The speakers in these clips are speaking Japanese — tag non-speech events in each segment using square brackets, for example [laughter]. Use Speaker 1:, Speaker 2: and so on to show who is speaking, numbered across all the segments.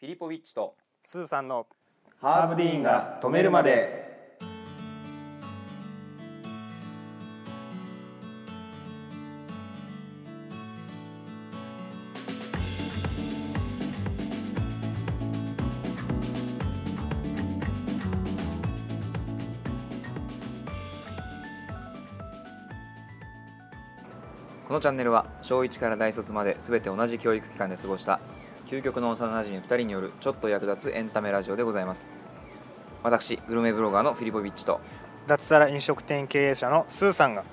Speaker 1: フィリポウィッチと
Speaker 2: スーさんの
Speaker 1: ハーブディーンが止めるまでこのチャンネルは小1から大卒まで全て同じ教育機関で過ごした究極の幼馴染2人によるちょっと役立つエンタメラジオでございます私グルメブロガーのフィリポビッチと
Speaker 2: 脱サラ飲食店経営者のスーさんが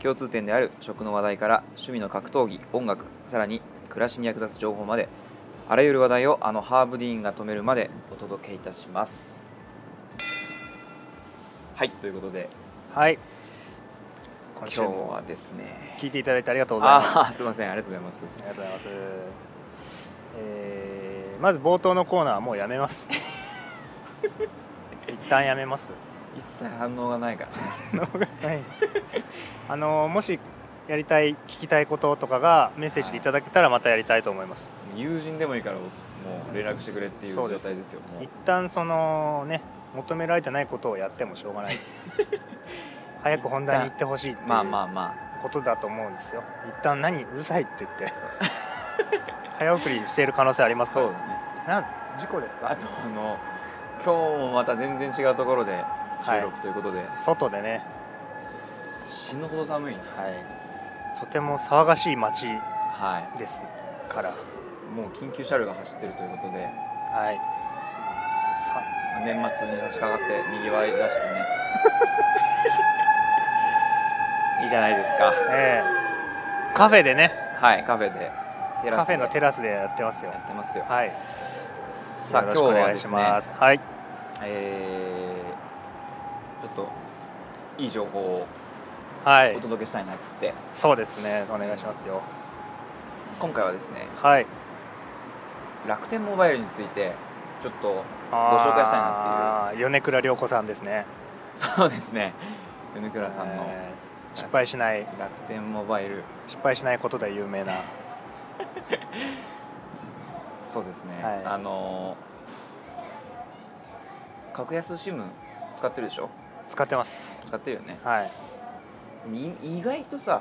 Speaker 1: 共通点である食の話題から趣味の格闘技音楽さらに暮らしに役立つ情報まであらゆる話題をあのハーブディーンが止めるまでお届けいたしますはいということで
Speaker 2: はい
Speaker 1: 今
Speaker 2: 今
Speaker 1: 日
Speaker 2: 週も
Speaker 1: はですね
Speaker 2: 聞いていただいてありがとうございます
Speaker 1: あ
Speaker 2: あ
Speaker 1: あーすいませんありがとうございます
Speaker 2: りがとうございます、えーまず冒頭のコーナーはもうやめます
Speaker 1: [laughs]
Speaker 2: 一旦やめます [laughs]
Speaker 1: 一切反応がないから
Speaker 2: はいあのもしやりたい聞きたいこととかがメッセージでいただけたらまたやりたいと思います、
Speaker 1: 友人でもいいからもう連絡してくれっていう
Speaker 2: そう
Speaker 1: 状
Speaker 2: です
Speaker 1: 態ですよもう
Speaker 2: 一旦そのね求められてないことをやってもしょうがない
Speaker 1: [laughs]
Speaker 2: 早く本題に行ってほしいっていう
Speaker 1: まあまあ
Speaker 2: [laughs]
Speaker 1: ま
Speaker 2: ことだと思うんですよ一旦何うるさいって言って [laughs]
Speaker 1: あ
Speaker 2: 早送りしている可能性あります
Speaker 1: そうだね
Speaker 2: な事故です
Speaker 1: あ
Speaker 2: か
Speaker 1: とあの今日もまた全然違うところで収録ということで、
Speaker 2: 外でね、
Speaker 1: 死ぬほど寒い
Speaker 2: はい、とても騒がしい街
Speaker 1: は
Speaker 2: ですから
Speaker 1: いもう緊急車両が走ってるということで
Speaker 2: はいさ
Speaker 1: 年末に差し掛かってにぎわい出して
Speaker 2: [laughs]
Speaker 1: ねいいじゃないですか
Speaker 2: ええカフェでね
Speaker 1: はいカフェでテ
Speaker 2: カ
Speaker 1: ラス
Speaker 2: フ
Speaker 1: で
Speaker 2: ェの
Speaker 1: や
Speaker 2: テラスでやってますよ
Speaker 1: ってますよ
Speaker 2: はい
Speaker 1: さあ
Speaker 2: よ
Speaker 1: 今
Speaker 2: ろ
Speaker 1: 日
Speaker 2: しくお
Speaker 1: は
Speaker 2: 願
Speaker 1: で
Speaker 2: いし
Speaker 1: す
Speaker 2: ま
Speaker 1: ね
Speaker 2: すはい
Speaker 1: えー、ちょっといい情報を
Speaker 2: はい
Speaker 1: お届けしたいなっつって、
Speaker 2: そうですねお願いしますよ
Speaker 1: 今回はですね
Speaker 2: はい
Speaker 1: 楽天モバイルについてちょっと
Speaker 2: ご
Speaker 1: ご紹介したいな
Speaker 2: っていう米倉涼子さんですね
Speaker 1: そうです [laughs] ね米倉さんの
Speaker 2: えー失敗しない
Speaker 1: 楽天モバイル
Speaker 2: 失敗しないことで有名な
Speaker 1: そうですね、
Speaker 2: はい
Speaker 1: あのー格安 SIM 使ってるでしょ
Speaker 2: 使ってます
Speaker 1: 使ってるよね
Speaker 2: はい
Speaker 1: に意外とさ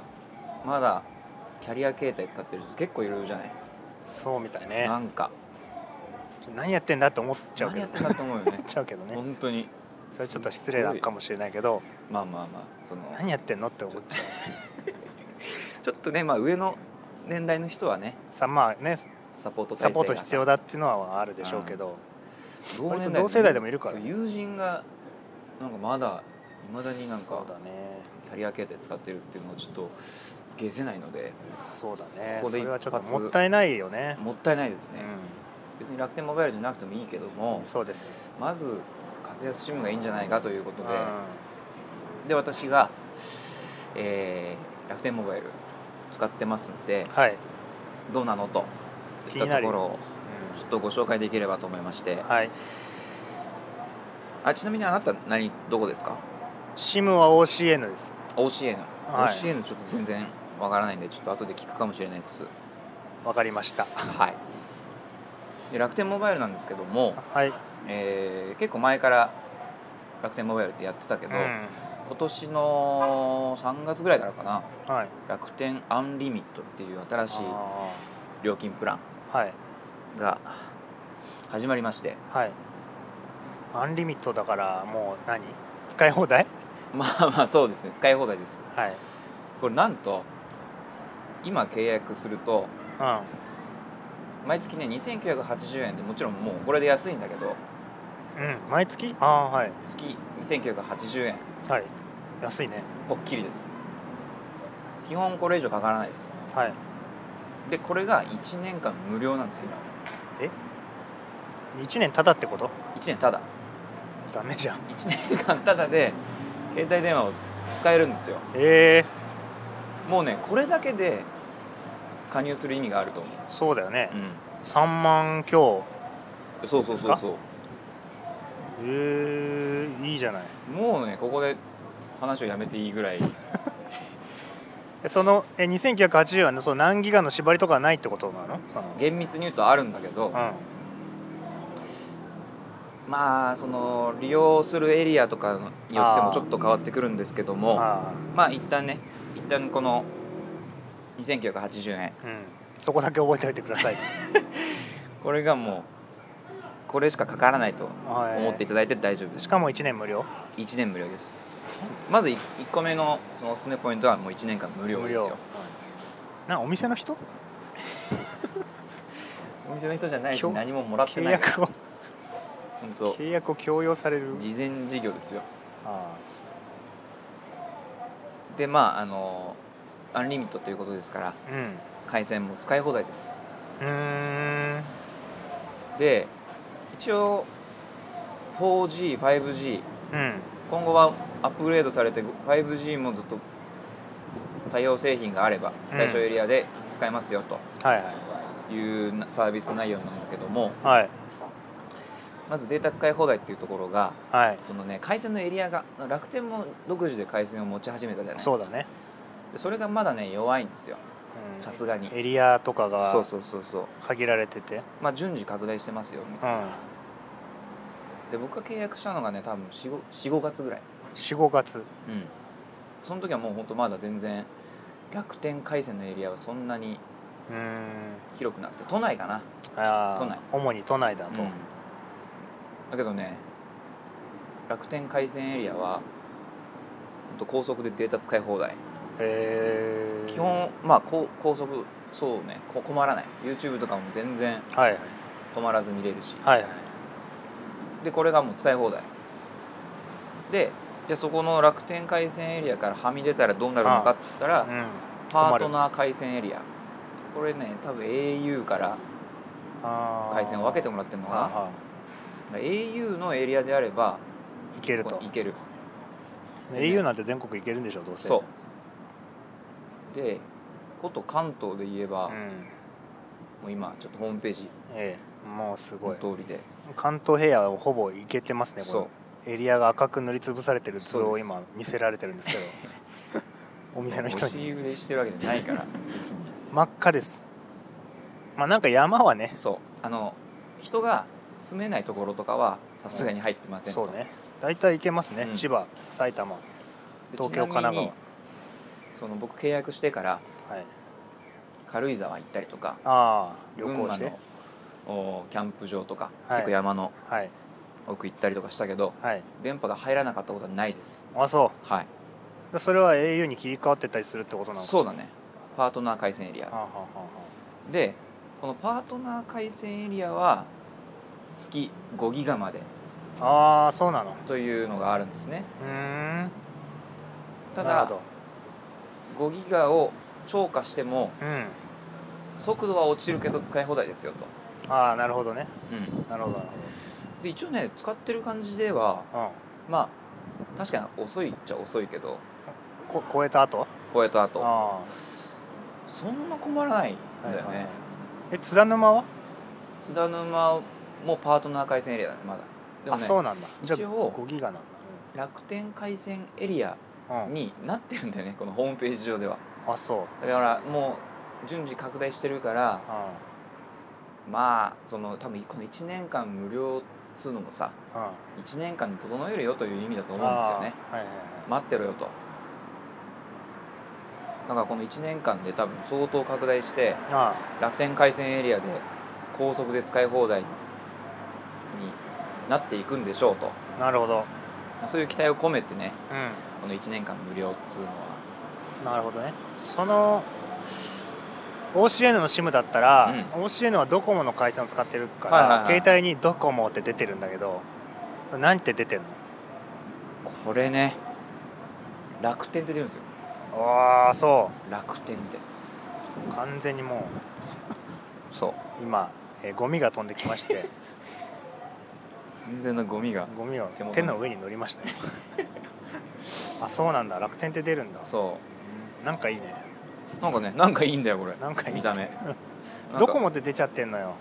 Speaker 1: まだキャリア携帯使ってる人結構いるじゃない
Speaker 2: そうみたいね
Speaker 1: なんか
Speaker 2: 何やってんだって思っちゃう
Speaker 1: 何
Speaker 2: け
Speaker 1: や
Speaker 2: ど
Speaker 1: ってんだと思うよね [laughs]
Speaker 2: 思っちゃうけどね
Speaker 1: 本当に
Speaker 2: それちょっと失礼なのかもしれないけど
Speaker 1: まあまあまあその
Speaker 2: 何やってんのって思
Speaker 1: ちょ
Speaker 2: っ
Speaker 1: っと
Speaker 2: ちゃう
Speaker 1: ちょっとねまあ上の年代の人はね
Speaker 2: さまあね
Speaker 1: サポート体
Speaker 2: サ
Speaker 1: 制
Speaker 2: ポ
Speaker 1: が
Speaker 2: ート必要だっていうのはあるでしょうけど、
Speaker 1: 同
Speaker 2: 割と同世代でもいるから
Speaker 1: そう友人がなんかまだいまだになん
Speaker 2: そ
Speaker 1: か
Speaker 2: うだね
Speaker 1: キャリア形態使ってるっていうのをちょっと消せないので
Speaker 2: そうだね
Speaker 1: ここで
Speaker 2: それはちょっ
Speaker 1: 一
Speaker 2: と
Speaker 1: 発
Speaker 2: もったいないよね、
Speaker 1: もったいないですね、
Speaker 2: う
Speaker 1: 別に楽天モバイルじゃなくてもいいけども
Speaker 2: ん、そうです、
Speaker 1: まず格安 SIM がいいんじゃないかということ
Speaker 2: う
Speaker 1: で、
Speaker 2: ん、
Speaker 1: で私が、えー楽天モバイル使ってますんで
Speaker 2: はい、
Speaker 1: どうなのとい
Speaker 2: 気
Speaker 1: った
Speaker 2: にな
Speaker 1: と
Speaker 2: る
Speaker 1: ころをちょっとご紹介できればと思いまして
Speaker 2: うん、はい
Speaker 1: あちなみにあなた何どこですか
Speaker 2: SIM は OCN です
Speaker 1: OCN、
Speaker 2: はい
Speaker 1: OCN ちょっと全然わからないんでちょっと後で聞くかもしれないです
Speaker 2: わかりました
Speaker 1: はいで楽天モバイルなんですけども、
Speaker 2: はい、
Speaker 1: えー結構前から楽天モバイルってやってたけ
Speaker 2: う
Speaker 1: ど、
Speaker 2: ん
Speaker 1: 今年の3月ぐらいからかな
Speaker 2: はい、
Speaker 1: 楽天アンリミットっていう新しい
Speaker 2: あ
Speaker 1: 料金プラ
Speaker 2: ーはい
Speaker 1: ンが始まりまして
Speaker 2: はいアンリミットだからもう何使い放題
Speaker 1: まあまあそうですね使い放題です
Speaker 2: はい
Speaker 1: これなんと今契約すると毎月ね2980円でもちろんもうこれで安いんだけど
Speaker 2: うん、うん、毎月ああはい
Speaker 1: 月2980円
Speaker 2: はい安いね
Speaker 1: ぽっきりです基本これ以上かからないです
Speaker 2: はい
Speaker 1: でこれが1年間無料なんですよ
Speaker 2: 1年ただってこと
Speaker 1: 1年ただ
Speaker 2: ダ
Speaker 1: [laughs]
Speaker 2: メじゃん
Speaker 1: 1年間ただで携帯電話を使えるんですよ
Speaker 2: ええ
Speaker 1: もうねこれだけで加入する意味があると思う、
Speaker 2: そうだよね
Speaker 1: う
Speaker 2: 3万強
Speaker 1: ん、そうそうそうそ
Speaker 2: ええいいじゃないう
Speaker 1: もうねここで話をやめていいぐらい
Speaker 2: えそのえ2980はねその何ギガの縛りとかはないってことなのその
Speaker 1: 厳密に言うとあるんだけど
Speaker 2: うん
Speaker 1: まあその利用するエリアとかによってもちょっと変わってくるんですけども
Speaker 2: あ
Speaker 1: まあ一旦ね一旦この2980円
Speaker 2: ーうん、そこだけ覚えておいてくだ
Speaker 1: [laughs]
Speaker 2: さい、
Speaker 1: これがもうこれしかかからないと
Speaker 2: はい
Speaker 1: 思っていただいて大丈夫です
Speaker 2: しかも1年無料
Speaker 1: 1年無料ですまず1個目のそのおすすめポイントはもう1年間無料です
Speaker 2: はい
Speaker 1: よ
Speaker 2: なお店の人
Speaker 1: お店の人じゃないし
Speaker 2: 今日
Speaker 1: 何ももらって
Speaker 2: 契
Speaker 1: ない
Speaker 2: 約を
Speaker 1: 本当
Speaker 2: 契約を強要される
Speaker 1: 事前事業ですよ
Speaker 2: あ
Speaker 1: でまああのアンリミットということですから
Speaker 2: ーうん
Speaker 1: 回線も使い放題です
Speaker 2: うーん
Speaker 1: で一応 4G5G
Speaker 2: うん
Speaker 1: 今後はアップグレードされて 5G もずっと対応製品があれば
Speaker 2: うん
Speaker 1: 対象エリアで使えますよと
Speaker 2: はいはい
Speaker 1: いうなサービス内容なんだけども
Speaker 2: はい
Speaker 1: まずデータ使い放題っていうところが
Speaker 2: はい
Speaker 1: そのね回線のエリアが楽天も独自で回線を持ち始めたじゃない
Speaker 2: そうだね、
Speaker 1: でそれがまだね弱いんですよ
Speaker 2: うん
Speaker 1: さすがに
Speaker 2: エリアとかが
Speaker 1: そうそうそうそう
Speaker 2: 限られてて
Speaker 1: まあ順次拡大してますよみ
Speaker 2: う
Speaker 1: たいなんで僕が契約したのがね多分45月ぐらい
Speaker 2: 45月
Speaker 1: うんその時はもうほんとまだ全然楽天回線のエリアはそんなに
Speaker 2: うーん
Speaker 1: 広くなくて都内かな
Speaker 2: あー
Speaker 1: 都内
Speaker 2: 主に都内だと、
Speaker 1: うんだけどね楽天回線エリアはほんと高速でデータ使い放題
Speaker 2: えー
Speaker 1: 基本まあ高高速そうねこ困らない YouTube とかも全然
Speaker 2: はいはい
Speaker 1: 止まらず見れるし
Speaker 2: はいはい
Speaker 1: でこれがもう使い放題でじゃあそこの楽天回線エリアからはみ出たらどうなるのかっつったら
Speaker 2: うん
Speaker 1: パートナー回線エリアこれね多分 au から
Speaker 2: あー
Speaker 1: 回線を分けてもらってるの
Speaker 2: は
Speaker 1: が
Speaker 2: あは
Speaker 1: au のエリアであれば
Speaker 2: あいけると
Speaker 1: こういける
Speaker 2: au なんて全国行けるんでしょどうせ
Speaker 1: そうでこと関東で言えば、
Speaker 2: う
Speaker 1: も
Speaker 2: ん
Speaker 1: う今ちょっとホームページ
Speaker 2: ええもうすご
Speaker 1: の
Speaker 2: い
Speaker 1: 通りで
Speaker 2: 関東平野はほぼ行けてますねこれ
Speaker 1: そう
Speaker 2: エリアが赤く塗りつぶされてる図
Speaker 1: そう
Speaker 2: を
Speaker 1: です
Speaker 2: 今見せられてるん
Speaker 1: [laughs]
Speaker 2: ですけどお店の人
Speaker 1: 押し
Speaker 2: に
Speaker 1: 売れしてるわけじゃないから
Speaker 2: [laughs]
Speaker 1: 別に
Speaker 2: 真っ赤ですまあなんか山はね
Speaker 1: そうあの人が住めないところとかはさすがに入ってませんと、
Speaker 2: そうね大体行けますね、
Speaker 1: うん
Speaker 2: 千葉埼玉
Speaker 1: で
Speaker 2: 東京
Speaker 1: ちなみに
Speaker 2: 神奈
Speaker 1: その僕契約してから
Speaker 2: はい
Speaker 1: 軽井沢行ったりとか
Speaker 2: ああ旅
Speaker 1: 群
Speaker 2: 行
Speaker 1: 馬
Speaker 2: して
Speaker 1: のおキャンプ場とか、
Speaker 2: はい
Speaker 1: 結構山の
Speaker 2: はい
Speaker 1: 奥行ったりとかしたけど
Speaker 2: はい
Speaker 1: 電波が入らなかったことはないです
Speaker 2: あそ
Speaker 1: はい、
Speaker 2: うでそれは au に切り替わってたりするってことなのか
Speaker 1: そうだねパートナー回線エリ
Speaker 2: は
Speaker 1: ア
Speaker 2: あはあは
Speaker 1: でこのパートナー回線エリアは月5ギガまで
Speaker 2: あはああーそうなの
Speaker 1: というのがあるんですね
Speaker 2: うーん
Speaker 1: た
Speaker 2: なる
Speaker 1: だ
Speaker 2: ほど
Speaker 1: 5ギガを超過しても
Speaker 2: うん
Speaker 1: 速度は落ちるけど使い放題ですよと、
Speaker 2: ああなるほどね
Speaker 1: うん、
Speaker 2: なるほどなる
Speaker 1: で一応ね使ってる感じでは
Speaker 2: ほど、
Speaker 1: まあ確かに遅いっちゃ遅いけど
Speaker 2: うん、こ超えた後
Speaker 1: 超えた後
Speaker 2: あ
Speaker 1: そんな困らないん
Speaker 2: あ
Speaker 1: だよね、
Speaker 2: はいはいはいえ津田沼は、
Speaker 1: 津田沼もパートナー回線エリアだねまだでも
Speaker 2: あ
Speaker 1: ね
Speaker 2: そうなんだじゃあ
Speaker 1: 一応
Speaker 2: 5ギガなんだ
Speaker 1: 楽天回線エリア
Speaker 2: うん、うん
Speaker 1: になってるんだよねこのホームページ上では
Speaker 2: あそう
Speaker 1: だからもう順次拡大してるから
Speaker 2: う
Speaker 1: まあその多分この1年間無料っつうのもさ
Speaker 2: んうん
Speaker 1: 1年間に整えるよという意味だと思うんですよね
Speaker 2: あーはいはいはい
Speaker 1: 待ってろよとだからこの1年間で多分相当拡大して
Speaker 2: あ
Speaker 1: 楽天回線エリアで高速で使い放題になっていくんでしょうと
Speaker 2: あなるほど
Speaker 1: まあそういう期待を込めてね
Speaker 2: う
Speaker 1: この1年間無料っつうのは
Speaker 2: んなるほどねその OCN の SIM だったら、OCN はドコモの回線を使ってるから、
Speaker 1: はいはいはい
Speaker 2: 携帯にドコモって出てるんだけど何て出てんの
Speaker 1: これね楽天って出るんですよ
Speaker 2: ああそ
Speaker 1: 楽天で
Speaker 2: う完全にも
Speaker 1: そう
Speaker 2: う今、えーゴミが飛んできまして
Speaker 1: [laughs] 完全なゴミが
Speaker 2: ゴミを
Speaker 1: 手元に
Speaker 2: 手の上に乗りました
Speaker 1: [laughs]
Speaker 2: ねあそうなんだ楽天って出るんだ
Speaker 1: そ
Speaker 2: なんかいいね
Speaker 1: うなんかねなんかいいんだよこれ
Speaker 2: なんかいい
Speaker 1: 見た
Speaker 2: [laughs]
Speaker 1: 目
Speaker 2: ドコ
Speaker 1: モ
Speaker 2: モって出ちゃってんのよ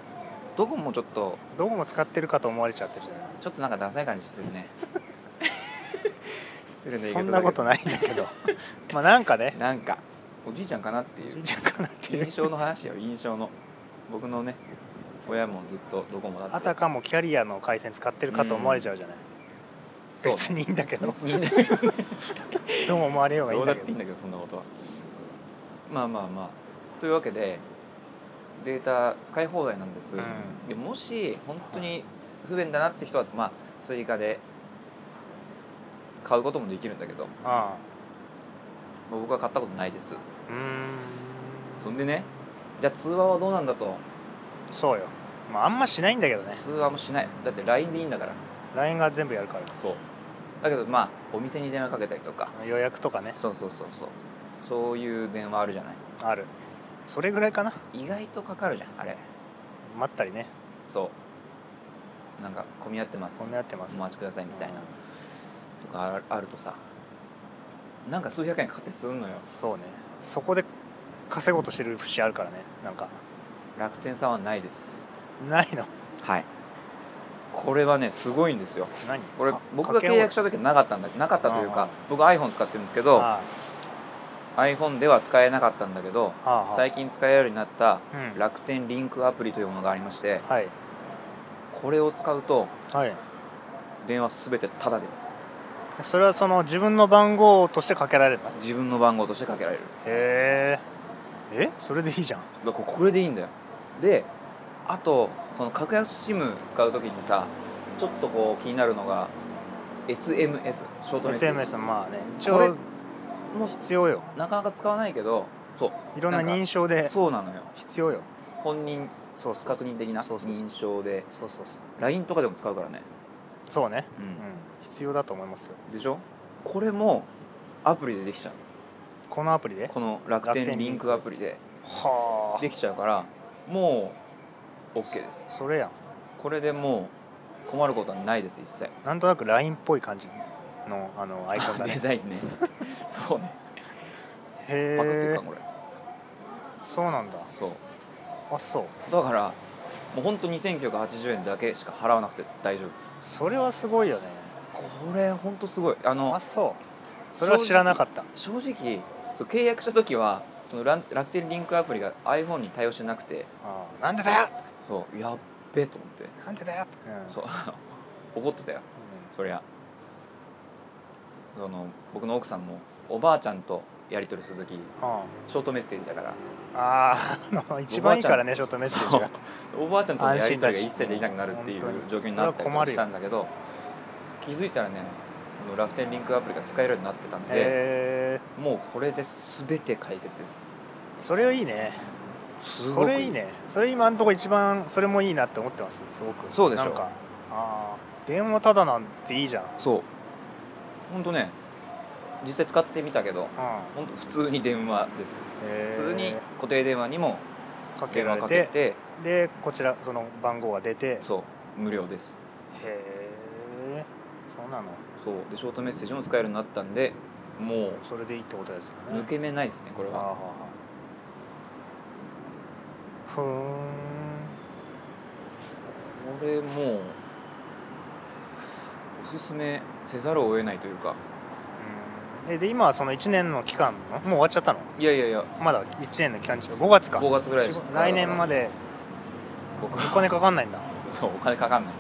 Speaker 1: どこもちょっと
Speaker 2: ドコモ使ってるかと思われちゃってるじゃない
Speaker 1: ちょっとなんかダサい感じする
Speaker 2: [laughs]
Speaker 1: ね失礼な言い方
Speaker 2: そんなこと
Speaker 1: な
Speaker 2: ないんだけ
Speaker 1: [laughs]
Speaker 2: どまあなんかね
Speaker 1: なんかおじいちゃんかなってい
Speaker 2: じ
Speaker 1: う
Speaker 2: いちゃんかなっていう
Speaker 1: 印象の話よ印象の僕のね
Speaker 2: そう
Speaker 1: 親もずっとどこもだって
Speaker 2: あたかもキャリアの回線使ってるかと思われちゃうじゃない、
Speaker 1: そう
Speaker 2: 別にいいんだけど
Speaker 1: 別にね
Speaker 2: どう思われようがいい
Speaker 1: どう
Speaker 2: ん
Speaker 1: だ
Speaker 2: だ
Speaker 1: っ
Speaker 2: け
Speaker 1: ていいん
Speaker 2: ど
Speaker 1: だけどそんなことはまあまあまあというわけでデータ使い放題なんです、
Speaker 2: うん
Speaker 1: でもし本当に不便だなって人はまあ追加で買うこともできるんだけど、まあ
Speaker 2: あ
Speaker 1: 僕は買ったことないです
Speaker 2: あうーん
Speaker 1: そんでねじゃあ通話はどうなんだと
Speaker 2: そうよまああんましないんだけどね
Speaker 1: 通話もしないだって LINE でいいんだから
Speaker 2: LINE が全部やるから
Speaker 1: そうだけどまあお店に電話かけたりとか
Speaker 2: 予約とかね
Speaker 1: そうそうそうそうそういう電話あるじゃない
Speaker 2: あるそれぐらいかな
Speaker 1: 意外とかかるじゃんあれ
Speaker 2: 待ったりね
Speaker 1: そうなんか混み合ってます
Speaker 2: 混み合ってます
Speaker 1: お待ちくださいみたいなとかああるとさなんか数百円かかってするのよ
Speaker 2: そうねそこで稼ごうとしてる節あるからねなんか
Speaker 1: 楽天さんはないです
Speaker 2: ないの
Speaker 1: はいこれはねすごいんですよ
Speaker 2: 何
Speaker 1: これ
Speaker 2: か
Speaker 1: 僕が契約した時はなかったんだなかったという
Speaker 2: あ
Speaker 1: か
Speaker 2: ー
Speaker 1: 僕 iPhone 使ってるんですけ
Speaker 2: 掛け
Speaker 1: ど
Speaker 2: 合う
Speaker 1: iPhone では使えなかったんだけど
Speaker 2: ああはあはあ
Speaker 1: 最近使えるようになった
Speaker 2: うん
Speaker 1: 楽天リンクアプリというものがありまして
Speaker 2: はい
Speaker 1: これを使うと
Speaker 2: はい
Speaker 1: 電話すべてタダです
Speaker 2: それはその自分の番号としてかけられたへ
Speaker 1: 自分の番号としてかけられる
Speaker 2: ええそれでいいじゃん
Speaker 1: だからこれでいいんだよであとその格安 SIM 使う時にさちょっとこう気になるのが SMS ショートメッセージ
Speaker 2: SMS まあね一
Speaker 1: これ
Speaker 2: 応
Speaker 1: も
Speaker 2: 必要よ
Speaker 1: なかなか使わないけどそう
Speaker 2: いろんな認
Speaker 1: 証
Speaker 2: 証で
Speaker 1: そうなのよ
Speaker 2: 必要よ
Speaker 1: 本人
Speaker 2: そうそう
Speaker 1: 確認的な
Speaker 2: そうそうそう
Speaker 1: 認証で
Speaker 2: そうそうそう
Speaker 1: LINE とかでも使うからね、
Speaker 2: そうね
Speaker 1: う
Speaker 2: うんん必要だと思いますよ
Speaker 1: でしょこれもアプリでできちゃう
Speaker 2: このアプリで
Speaker 1: この楽
Speaker 2: 楽
Speaker 1: 天
Speaker 2: 天
Speaker 1: リ
Speaker 2: リ
Speaker 1: ン
Speaker 2: ン
Speaker 1: ク
Speaker 2: ク
Speaker 1: アプリで
Speaker 2: は
Speaker 1: できちゃうからもう OK です
Speaker 2: あそれやん
Speaker 1: これでもう困ることはないです一切
Speaker 2: なんとなく LINE っぽい感じのあのアイコンだ
Speaker 1: デ
Speaker 2: ね
Speaker 1: ザインね [laughs] そうね
Speaker 2: へ
Speaker 1: パクってる
Speaker 2: え
Speaker 1: かこれ
Speaker 2: そうなんだ
Speaker 1: そう
Speaker 2: あそう
Speaker 1: だからもうほんと2980円だけしか払わなくて大丈夫
Speaker 2: それはすごいよね
Speaker 1: これほんとすごいあの
Speaker 2: あそうそれは知らなかった
Speaker 1: 正直そう契約した時はこのラン楽天リンクアプリが iPhone に対応してなくて
Speaker 2: ああなんでだよ
Speaker 1: そうやっべと思って
Speaker 2: なんでだよ、うん、
Speaker 1: そう [laughs] う怒ってたよそりゃその僕の奥さんもおばあちゃんとやり取りする時
Speaker 2: ん、あ
Speaker 1: ショートメッセージだから
Speaker 2: ああ
Speaker 1: [laughs]
Speaker 2: の一番いいからねショートメッセージが
Speaker 1: おばあちゃんとのやり取りが一
Speaker 2: 安心だし
Speaker 1: 切できなくなるっていう
Speaker 2: 本当に
Speaker 1: 状況になったりと
Speaker 2: それは困
Speaker 1: か
Speaker 2: るよ
Speaker 1: したんだけど気づいたらねこの楽天リンクアプリが使えるようになってたんで、
Speaker 2: へえ
Speaker 1: もうこれで全て解決です
Speaker 2: それはいいね
Speaker 1: すご
Speaker 2: そ
Speaker 1: く
Speaker 2: れいいねそれ今のところ一番それもいいなって思ってますすごく
Speaker 1: そうでしょ
Speaker 2: なんかああ電話ただなんていいじゃん、うん、
Speaker 1: そうほんとね実際使ってみたけどほんと普通に電話です
Speaker 2: へ
Speaker 1: 普
Speaker 2: ー
Speaker 1: 通に固定電話にも
Speaker 2: かけ
Speaker 1: 電
Speaker 2: ら
Speaker 1: 話
Speaker 2: れ
Speaker 1: か
Speaker 2: て
Speaker 1: けて
Speaker 2: でこちらその番号が出てへ
Speaker 1: そう無料です
Speaker 2: えそうなの
Speaker 1: そうでショートメッセージも使えるようになったんでもう
Speaker 2: それでいいってことですよね
Speaker 1: 抜け目ないですねこれ
Speaker 2: ああ
Speaker 1: は
Speaker 2: ああふーん
Speaker 1: これもうおすすめせざるを得ないというか
Speaker 2: うんえで今はその1年の期間のもう終わっちゃったの
Speaker 1: いやいやいや
Speaker 2: まだ1年の期間中5月か
Speaker 1: 5月ぐらいです
Speaker 2: し来年まで
Speaker 1: 僕
Speaker 2: お金かかんないんだ、
Speaker 1: そうお金かかんない、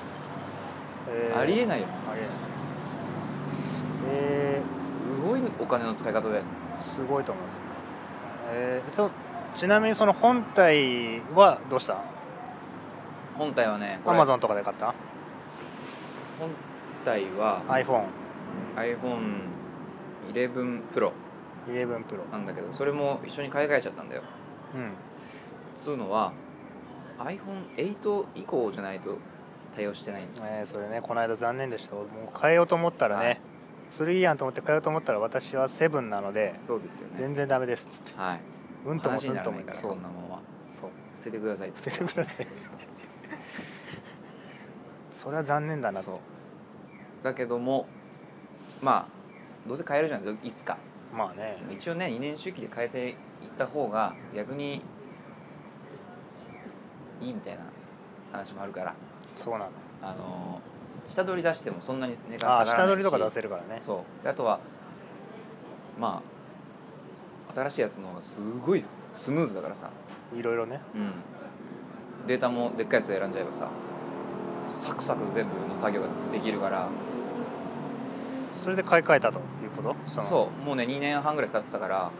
Speaker 2: えー
Speaker 1: ありえないよ
Speaker 2: ありえないえ
Speaker 1: すごいお金の使い方で
Speaker 2: ー、すごいと思いますえー、そちなみにその本体はどうした
Speaker 1: 本体はねこ
Speaker 2: ア
Speaker 1: れ
Speaker 2: マゾンとかで買った
Speaker 1: 本体は
Speaker 2: iPhone
Speaker 1: iPhone11Pro
Speaker 2: 11 Pro
Speaker 1: なんだけどそれも一緒に買い替えちゃったんだよ
Speaker 2: うん
Speaker 1: つうのは iPhone8 以降じゃないと対応してないんです、
Speaker 2: えーそれねこの間残念でしたもう変えようと思ったらね、
Speaker 1: はい
Speaker 2: それいいやんと思って変えようと思ったら私はセブンなので
Speaker 1: そうですよね
Speaker 2: 全然ダメですっつって
Speaker 1: はい
Speaker 2: うんとも
Speaker 1: 話
Speaker 2: す
Speaker 1: に
Speaker 2: ん
Speaker 1: なら
Speaker 2: と
Speaker 1: な
Speaker 2: も
Speaker 1: いから
Speaker 2: そ
Speaker 1: そ
Speaker 2: うん
Speaker 1: なもんは
Speaker 2: そう
Speaker 1: 捨ててください
Speaker 2: 捨ててくださいそれは残念だなって
Speaker 1: そうだけどもまあどうせ買えるじゃないいつか
Speaker 2: まあね
Speaker 1: 一応ね2年周期で変えていった方が逆にいいみたいな話もあるから
Speaker 2: そうなの
Speaker 1: あのー下取り出してもそんなに値が下がらな
Speaker 2: ああ
Speaker 1: いし
Speaker 2: 下取りとか出せるからね
Speaker 1: そうであとはまあ新しいやつの方がすごいスムーズだからさ
Speaker 2: いろいろね
Speaker 1: うんデータもでっかいやつ選んじゃえばさサクサク全部の作業ができるから
Speaker 2: それで買い替えたということその
Speaker 1: そうもうね2年半ぐらい使ってたから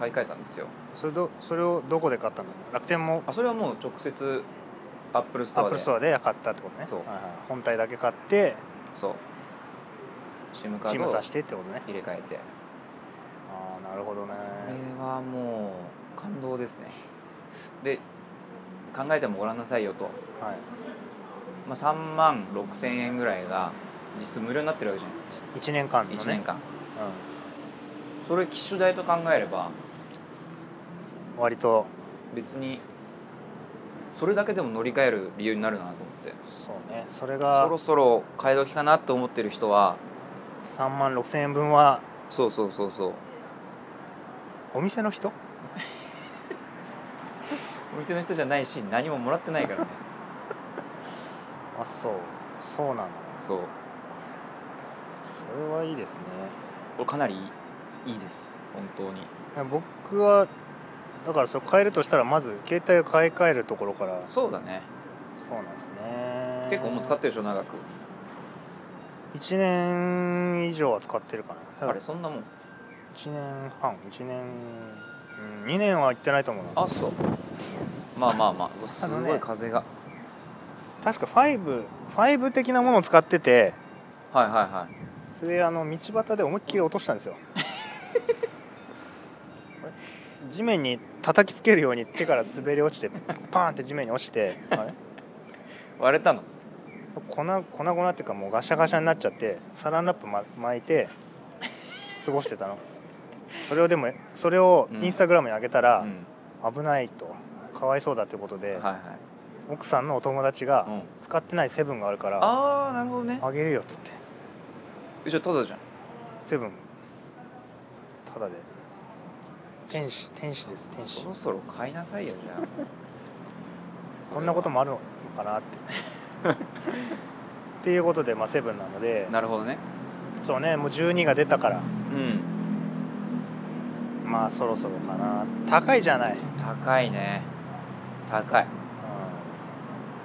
Speaker 1: 買い替えたんですよ
Speaker 2: それどそれをどこで買ったの楽天も
Speaker 1: あそれはもう直接アップルス
Speaker 2: ア
Speaker 1: トア
Speaker 2: ップ
Speaker 1: で
Speaker 2: ルストアで買ったってことね
Speaker 1: そう
Speaker 2: はいはい本体だけ買って
Speaker 1: そう SIM カ
Speaker 2: チ
Speaker 1: ード
Speaker 2: ーム
Speaker 1: を
Speaker 2: さ
Speaker 1: 入
Speaker 2: してってことね
Speaker 1: れ替えて
Speaker 2: ああなるほどね
Speaker 1: これはもう感動ですねで考えてもご覧なさいよと、
Speaker 2: はい
Speaker 1: まあ、3万6000円ぐらいが実質無料になってるわけじゃないですか
Speaker 2: 1年間のね
Speaker 1: 1年間
Speaker 2: う
Speaker 1: それ機種代と考えれば
Speaker 2: ん、割と
Speaker 1: 別にそれだけでも乗り換える理由になるなと思って
Speaker 2: そうねそれ
Speaker 1: そ
Speaker 2: が
Speaker 1: ろそろ買い時かなと思ってる人は
Speaker 2: 3万6000円分は
Speaker 1: そうそうそうそう
Speaker 2: お店の人
Speaker 1: お店の人じゃないし何ももらってないからね
Speaker 2: あそうそうなんだ
Speaker 1: [laughs] そう
Speaker 2: それはいいですね
Speaker 1: これかなりいいです本当に
Speaker 2: 僕はだからそれ変えるとしたらまず携帯を買い替えるところから
Speaker 1: そうだね
Speaker 2: そうなんですね
Speaker 1: 結構もう使ってるでしょ長く
Speaker 2: 1年以上は使ってるかな
Speaker 1: あれそんなもん
Speaker 2: 1年半1年うん2年は行ってないと思うな
Speaker 1: あそうまあまあまあうわす
Speaker 2: あの
Speaker 1: ごい
Speaker 2: ね
Speaker 1: 風が、
Speaker 2: 確か5 5的なものを使ってて
Speaker 1: はいはいはい
Speaker 2: それであの道端で思いっきり落とした
Speaker 1: [laughs]
Speaker 2: んですよこれ地面に叩きつけるように手から滑り落ちてパーンって地面に落ちてあれ
Speaker 1: 割れたの
Speaker 2: 粉粉々っていうかもうガシャガシャになっちゃってサランラップ、ま、巻いて過ごしてたの [laughs] それをでもそれをインスタグラムに上げたら、
Speaker 1: うん
Speaker 2: 危ないとかわいそうだということ
Speaker 1: は
Speaker 2: で、
Speaker 1: いはい、
Speaker 2: 奥さんのお友達が
Speaker 1: うん、
Speaker 2: 使ってないセブンがあるから
Speaker 1: ああなるほどね
Speaker 2: あげるよっつって
Speaker 1: えじゃあただじゃん
Speaker 2: セブンただで天使天使です天使
Speaker 1: そろそろ買いなさいよじ [laughs] ゃあ
Speaker 2: こんなこと
Speaker 1: も
Speaker 2: もあるのかなって
Speaker 1: [laughs]
Speaker 2: っていうことでまあセブンなので
Speaker 1: なるほどね
Speaker 2: そうねもう12が出たから
Speaker 1: うん
Speaker 2: まあそろそろかな高いじゃない、うん
Speaker 1: 高いね高い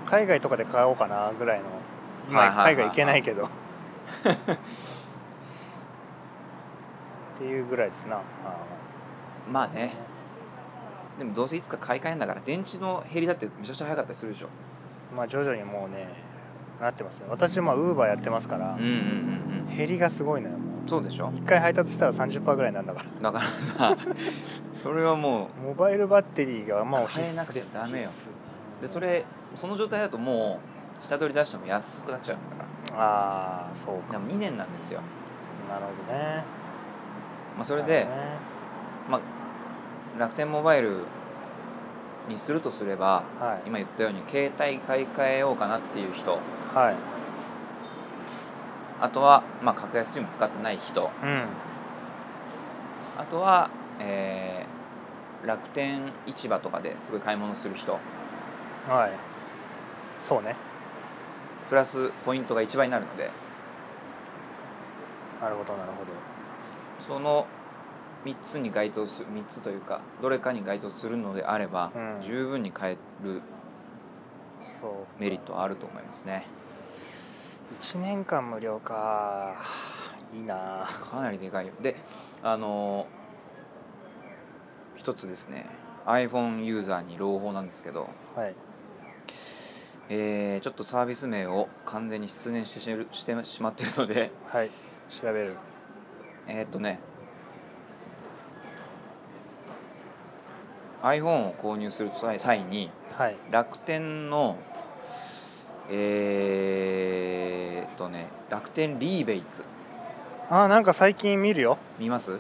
Speaker 2: 海外とかで買おうかなぐらいの、
Speaker 1: はいはい
Speaker 2: ま
Speaker 1: は
Speaker 2: あ
Speaker 1: い
Speaker 2: 海外行けない
Speaker 1: は [laughs]
Speaker 2: けどっていうぐらいですなあ
Speaker 1: まあねでもどうせいつか買い替えんだから電池の減りだってめちゃくちゃ早かったりするでしょ
Speaker 2: ーまあ徐々にもうねなってますね私まあウーバーやってますから
Speaker 1: うんうんうん
Speaker 2: 減りがすごいのよも
Speaker 1: うんそうでしょ
Speaker 2: う一回配達したら30%ぐらいなんだから
Speaker 1: だからさ [laughs] それはも
Speaker 2: モバイルバッテリーがまあ必
Speaker 1: 変えな
Speaker 2: 須
Speaker 1: く
Speaker 2: で
Speaker 1: ちゃ
Speaker 2: す
Speaker 1: ダメよ
Speaker 2: 必須
Speaker 1: うでそれその状態だともう下取り出しても安くなっちゃうんだか
Speaker 2: ああそう
Speaker 1: ら
Speaker 2: か
Speaker 1: でも2年なんですよ、
Speaker 2: なるほどね
Speaker 1: まあ、それ
Speaker 2: なる
Speaker 1: で
Speaker 2: ほどね
Speaker 1: まあ楽天モバイルにするとすれば
Speaker 2: はい
Speaker 1: 今言ったように携帯買い替えようかなっていう人
Speaker 2: はい
Speaker 1: あとは、まあ、格安 SIM 使ってない人
Speaker 2: うん
Speaker 1: あとは、えー楽天市場とかですごい買い物する人
Speaker 2: はいそうね
Speaker 1: プラスポイントが1倍になるので
Speaker 2: なるほどなるほど
Speaker 1: その3つに該当する3つというかどれかに該当するのであれば、
Speaker 2: うん
Speaker 1: 十分に買える
Speaker 2: そう
Speaker 1: メリットはあると思いますね
Speaker 2: 1年間無料かいいな
Speaker 1: かなりでかいよであのー一つですね iPhone ユーザーに朗報なんですけど、
Speaker 2: はい
Speaker 1: えーちょっとサービス名を完全に失念してしましてしまっているので [laughs]
Speaker 2: はい調べる
Speaker 1: えーっとね iPhone を購入する際際に
Speaker 2: はい
Speaker 1: 楽天のえーっとね楽天リーベイツ
Speaker 2: あーなんか最近見るよ
Speaker 1: 見ます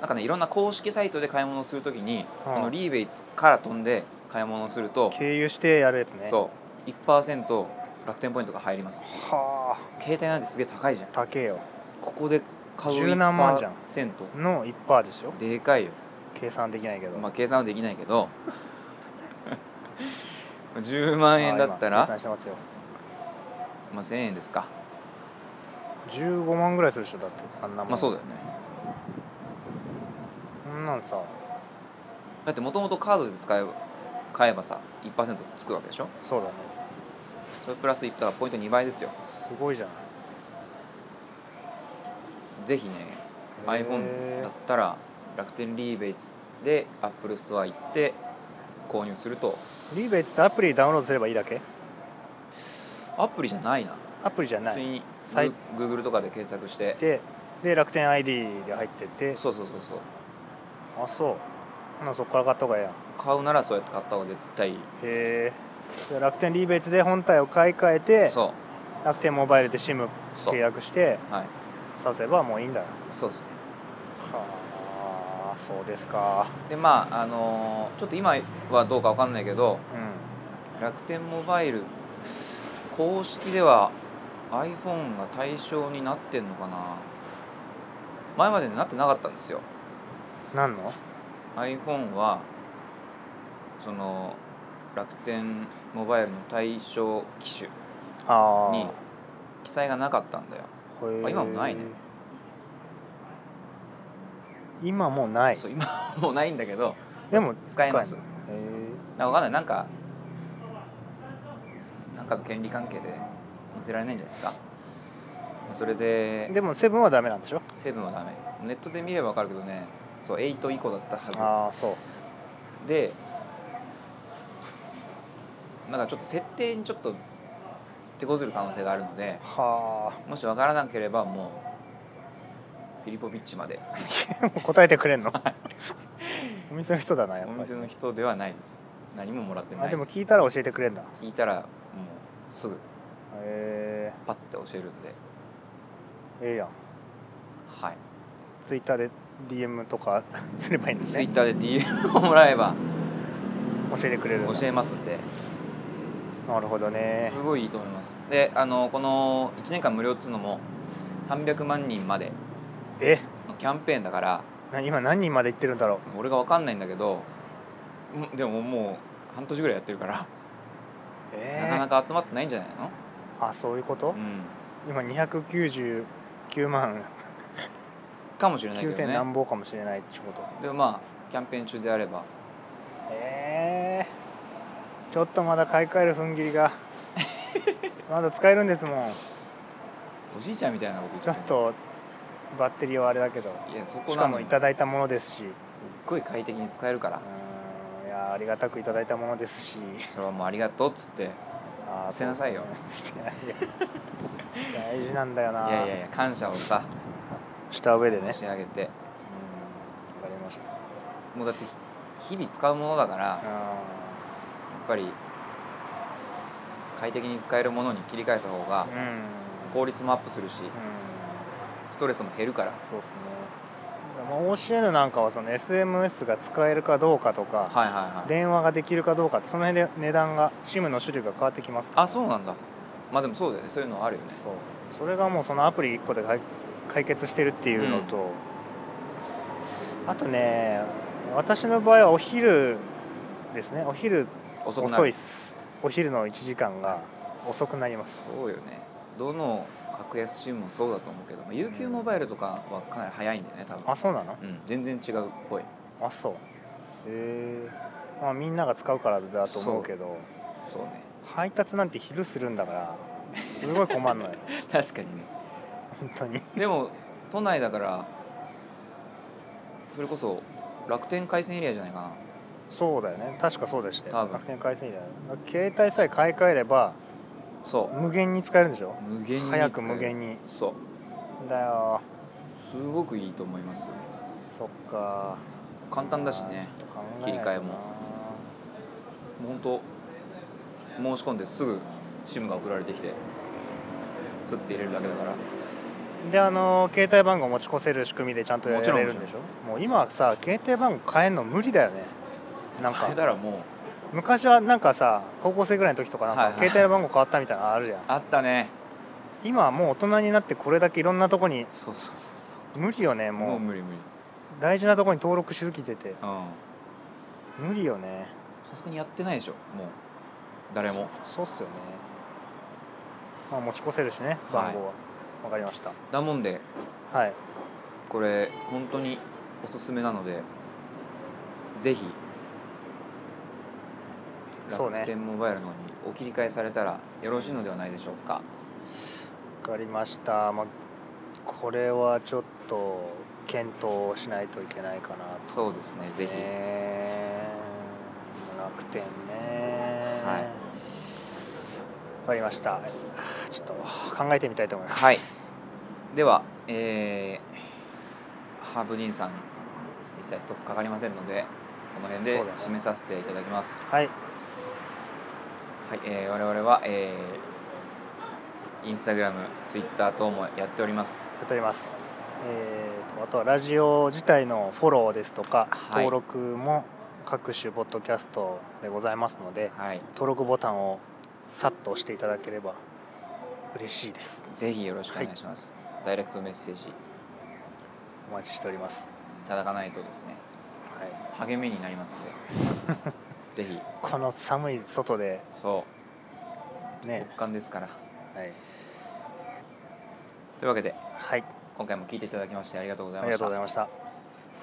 Speaker 1: なんかねいろんな公式サイトで買い物をするときに、
Speaker 2: うん
Speaker 1: このリーベイツから飛んで買い物をすると、
Speaker 2: 経由してやるやつね
Speaker 1: そう1%楽天ポイントが入ります
Speaker 2: はあ
Speaker 1: 携帯なんてすげえ高いじゃん
Speaker 2: 高えよ
Speaker 1: ここで買う
Speaker 2: 十何万じゃん
Speaker 1: 1%
Speaker 2: の1%でしょ
Speaker 1: でかいよ
Speaker 2: 計算できないけど、
Speaker 1: まあ計算はできないけ
Speaker 2: [laughs]
Speaker 1: ど10万円だったら
Speaker 2: あー今計、算してますよ
Speaker 1: まあ、1000円ですか
Speaker 2: 15万ぐらいするでしょだってあんなもん
Speaker 1: まあそうだよね
Speaker 2: こんなんさ
Speaker 1: だってもともとカードで使えば買えばさ1%つくわけでしょ
Speaker 2: そうだね
Speaker 1: それプラス1だからポイント2倍ですよ
Speaker 2: すごいじゃない
Speaker 1: ぜひね
Speaker 2: へー
Speaker 1: iPhone だったら楽天リーベイツで Apple ストア行って購入すると
Speaker 2: リーベイツってアプリダウンロードすればいいだけ
Speaker 1: アプリじゃないな
Speaker 2: アプリじゃな
Speaker 1: 普通
Speaker 2: い
Speaker 1: に
Speaker 2: サイ
Speaker 1: Google とかで検索して
Speaker 2: でで楽天 ID で入ってて
Speaker 1: そうそうそうそう
Speaker 2: あそうほなそこから買った方がええやん
Speaker 1: 買うならそうやって買った方が絶対いい
Speaker 2: へえ楽天リーベイツで本体を買い替えて
Speaker 1: そう
Speaker 2: 楽天モバイルで SIM
Speaker 1: そ
Speaker 2: 契
Speaker 1: う
Speaker 2: 約して
Speaker 1: はい
Speaker 2: させばもういいんだよ
Speaker 1: そうですね
Speaker 2: はあそうですか
Speaker 1: でまああのーちょっと今はどうかわかんないけど
Speaker 2: うん
Speaker 1: 楽天モバイル公式では iPhone が対象になってんのかな前までなってなかったんですよ
Speaker 2: 何の
Speaker 1: iPhone はその楽天モバイルの対象機種
Speaker 2: ああ
Speaker 1: に記載がなかったんだよあ今もないね
Speaker 2: 今もうない
Speaker 1: そう今はもうないんだけど
Speaker 2: でも
Speaker 1: 使えます
Speaker 2: へえ
Speaker 1: なんかわかんないなんかなんかの権利関係で載せられないんじゃないですかそれで
Speaker 2: でもセブンはダメなんでしょ
Speaker 1: セブンはダメネットで見ればわかるけどねそう8以降だったは
Speaker 2: ああそう
Speaker 1: ずでなんかちょっと設定にちょっと手こずる可能性があるので
Speaker 2: は [laughs]
Speaker 1: もしわからなければもうフィリポビッチまで
Speaker 2: あもう答えてくれんのお店の人だなやっぱ
Speaker 1: お
Speaker 2: り
Speaker 1: 店の人ではないです何ももらってない
Speaker 2: あ
Speaker 1: です
Speaker 2: でも聞いたら教えてくれんだ
Speaker 1: 聞いたらもうすぐ
Speaker 2: へ
Speaker 1: パッて教えるんで
Speaker 2: えええやん
Speaker 1: はい
Speaker 2: ツイッターで DM とか [laughs] すればいいんです
Speaker 1: ツイ
Speaker 2: ね
Speaker 1: ッターで DM をもらえば
Speaker 2: 教えてくれるんだ
Speaker 1: 教えますんで
Speaker 2: なるほどね
Speaker 1: すごいいいと思いますであのこの1年間無料っつうのも300万人まで
Speaker 2: え
Speaker 1: のキャンペーンだから
Speaker 2: な今何人まで行ってるんだろ
Speaker 1: 俺が分かんないんだけどうんでももう半年ぐらいやってるから、
Speaker 2: う
Speaker 1: な
Speaker 2: え
Speaker 1: かなか集まってないんじゃないの
Speaker 2: ー、あそういうこと
Speaker 1: うん
Speaker 2: 今299万
Speaker 1: かもしれないけ
Speaker 2: 9
Speaker 1: ど
Speaker 2: 千
Speaker 1: ね
Speaker 2: 何ぼかもしれないってこと
Speaker 1: でもまあキャンペーン中であれば
Speaker 2: えー、ちょっとまだ買い替える踏ん切
Speaker 1: [laughs]
Speaker 2: りがまだ使えるんですもん
Speaker 1: おじいちゃんみたいなこと言っ
Speaker 2: ちょっとバッテリーはあれだけど
Speaker 1: といやそこ
Speaker 2: し
Speaker 1: な
Speaker 2: か
Speaker 1: の
Speaker 2: もいただいたものですしう
Speaker 1: すっごい快適に使えるから
Speaker 2: ーんいやーありがたくいただいたものですし
Speaker 1: それはもうありがとうっつって
Speaker 2: あー
Speaker 1: 捨てなさいよ
Speaker 2: そうですね捨てないよ大事なんだよない
Speaker 1: やいやいや感謝をさ
Speaker 2: した上でねうん
Speaker 1: 申
Speaker 2: わ
Speaker 1: し上げて
Speaker 2: かりました
Speaker 1: もうだってひ日々使うものだからやっ
Speaker 2: あ
Speaker 1: ぱり快適に使えるものに切り替えた方が
Speaker 2: ーうん
Speaker 1: 効率もアップするし
Speaker 2: うん
Speaker 1: ストレスも減るから
Speaker 2: そうですねまあ OCN なんかはその SMS が使えるかどうかとか、
Speaker 1: はいはいはい
Speaker 2: 電話ができるかどうかってその辺で値段が SIM の種類が変わってきますから
Speaker 1: あそうなんだまあでもそうだよねそういうのはあるよね
Speaker 2: そうそれがもうそのアプリ1個で解解決してるっていうのと、あとね私の場合はお昼ですねお昼
Speaker 1: 遅くな
Speaker 2: 遅いっ
Speaker 1: る
Speaker 2: すお昼の1時間が遅くなります
Speaker 1: そうよねどの格安チームもそうだと思うけど、まあ、UQ モバイルとかはかなり早いんだよね多分
Speaker 2: あそうなの
Speaker 1: うん全然違うっぽい
Speaker 2: あそうへえまあみんなが使うからだと思うけど
Speaker 1: そうね
Speaker 2: 配達なんて昼するんだからすごい困
Speaker 1: [laughs]
Speaker 2: んのよ
Speaker 1: 確かにね
Speaker 2: 本当に
Speaker 1: でも都内だからそれこそ楽天回線エリアじゃないかな
Speaker 2: そうだよね確かそうでして
Speaker 1: 多分
Speaker 2: 楽天回線だよ携帯さえ買い替えれば
Speaker 1: そ
Speaker 2: 無限に使えるんでしょ
Speaker 1: う無限に
Speaker 2: 早く
Speaker 1: 使える
Speaker 2: 無限に
Speaker 1: そう
Speaker 2: だよ
Speaker 1: すごくいいと思います
Speaker 2: そっか
Speaker 1: 簡単だしね
Speaker 2: ちょっと考えない
Speaker 1: 切り
Speaker 2: とな
Speaker 1: 替えももう本当申し込んですぐ SIM が送られてきてスッて入れるだけだから
Speaker 2: であの携帯番号持ち越せる仕組みでちゃんとや
Speaker 1: もちろん
Speaker 2: れるんでしょもう今はさ携帯番号変えるの無理だよねなん
Speaker 1: 変え
Speaker 2: か
Speaker 1: たらも
Speaker 2: 昔はなんかさ高校生ぐらいの時とかなん
Speaker 1: はい
Speaker 2: か
Speaker 1: はい
Speaker 2: 携帯番号変わったみたいなのあるじゃん
Speaker 1: うあったね
Speaker 2: 今はもう大人になってこれだけいろんなとこに
Speaker 1: そうそうそうそう
Speaker 2: 無理よね
Speaker 1: も
Speaker 2: も
Speaker 1: う
Speaker 2: う
Speaker 1: 無理無理
Speaker 2: 大事なとこに登録しすぎてて
Speaker 1: うん
Speaker 2: 無理よね
Speaker 1: さすがにやってないでしょもう誰も
Speaker 2: そうっすよねまあ持ち越せるしね番号は、わかりました
Speaker 1: だもんで
Speaker 2: はい
Speaker 1: これ本当におすすめなのでぜひ
Speaker 2: そうね
Speaker 1: 楽天モバイルの方にお切り替えされたらよろしいのではないでしょうか
Speaker 2: 分かりました、まあ、これはちょっと検討しないといけないかなと
Speaker 1: そうですね
Speaker 2: 思います
Speaker 1: ぜひ
Speaker 2: 楽天ね
Speaker 1: はい
Speaker 2: 分かりましたちょっと考えてみたいと思います
Speaker 1: はいでは、えーハーブ兄さん一切ストップかかりませんのでこの辺で
Speaker 2: そうだね
Speaker 1: 締めさせていただきます、
Speaker 2: はい
Speaker 1: はいえー我々は、えーインスタグラムツイッター等もやっております
Speaker 2: やっております。えーとあとはラジオ自体のフォローですとか、
Speaker 1: はい
Speaker 2: 登録も各種ポッドキャストでございますので
Speaker 1: はい
Speaker 2: 登録ボタンをさっと押していただければ嬉しいです
Speaker 1: ぜひよろしくお願いします、ダイレクトメッセージい
Speaker 2: お待ちしております、
Speaker 1: ただかないとですね
Speaker 2: はい、
Speaker 1: 励みになりますの
Speaker 2: [laughs]
Speaker 1: でぜひ
Speaker 2: この寒い外で
Speaker 1: そ
Speaker 2: ね
Speaker 1: う極寒ですから
Speaker 2: はい、
Speaker 1: というわけで
Speaker 2: はい、
Speaker 1: 今回も聞いていただきましてありがとうござい
Speaker 2: あ
Speaker 1: ま
Speaker 2: り
Speaker 1: し
Speaker 2: が
Speaker 1: た
Speaker 2: とうございました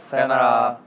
Speaker 1: さよなら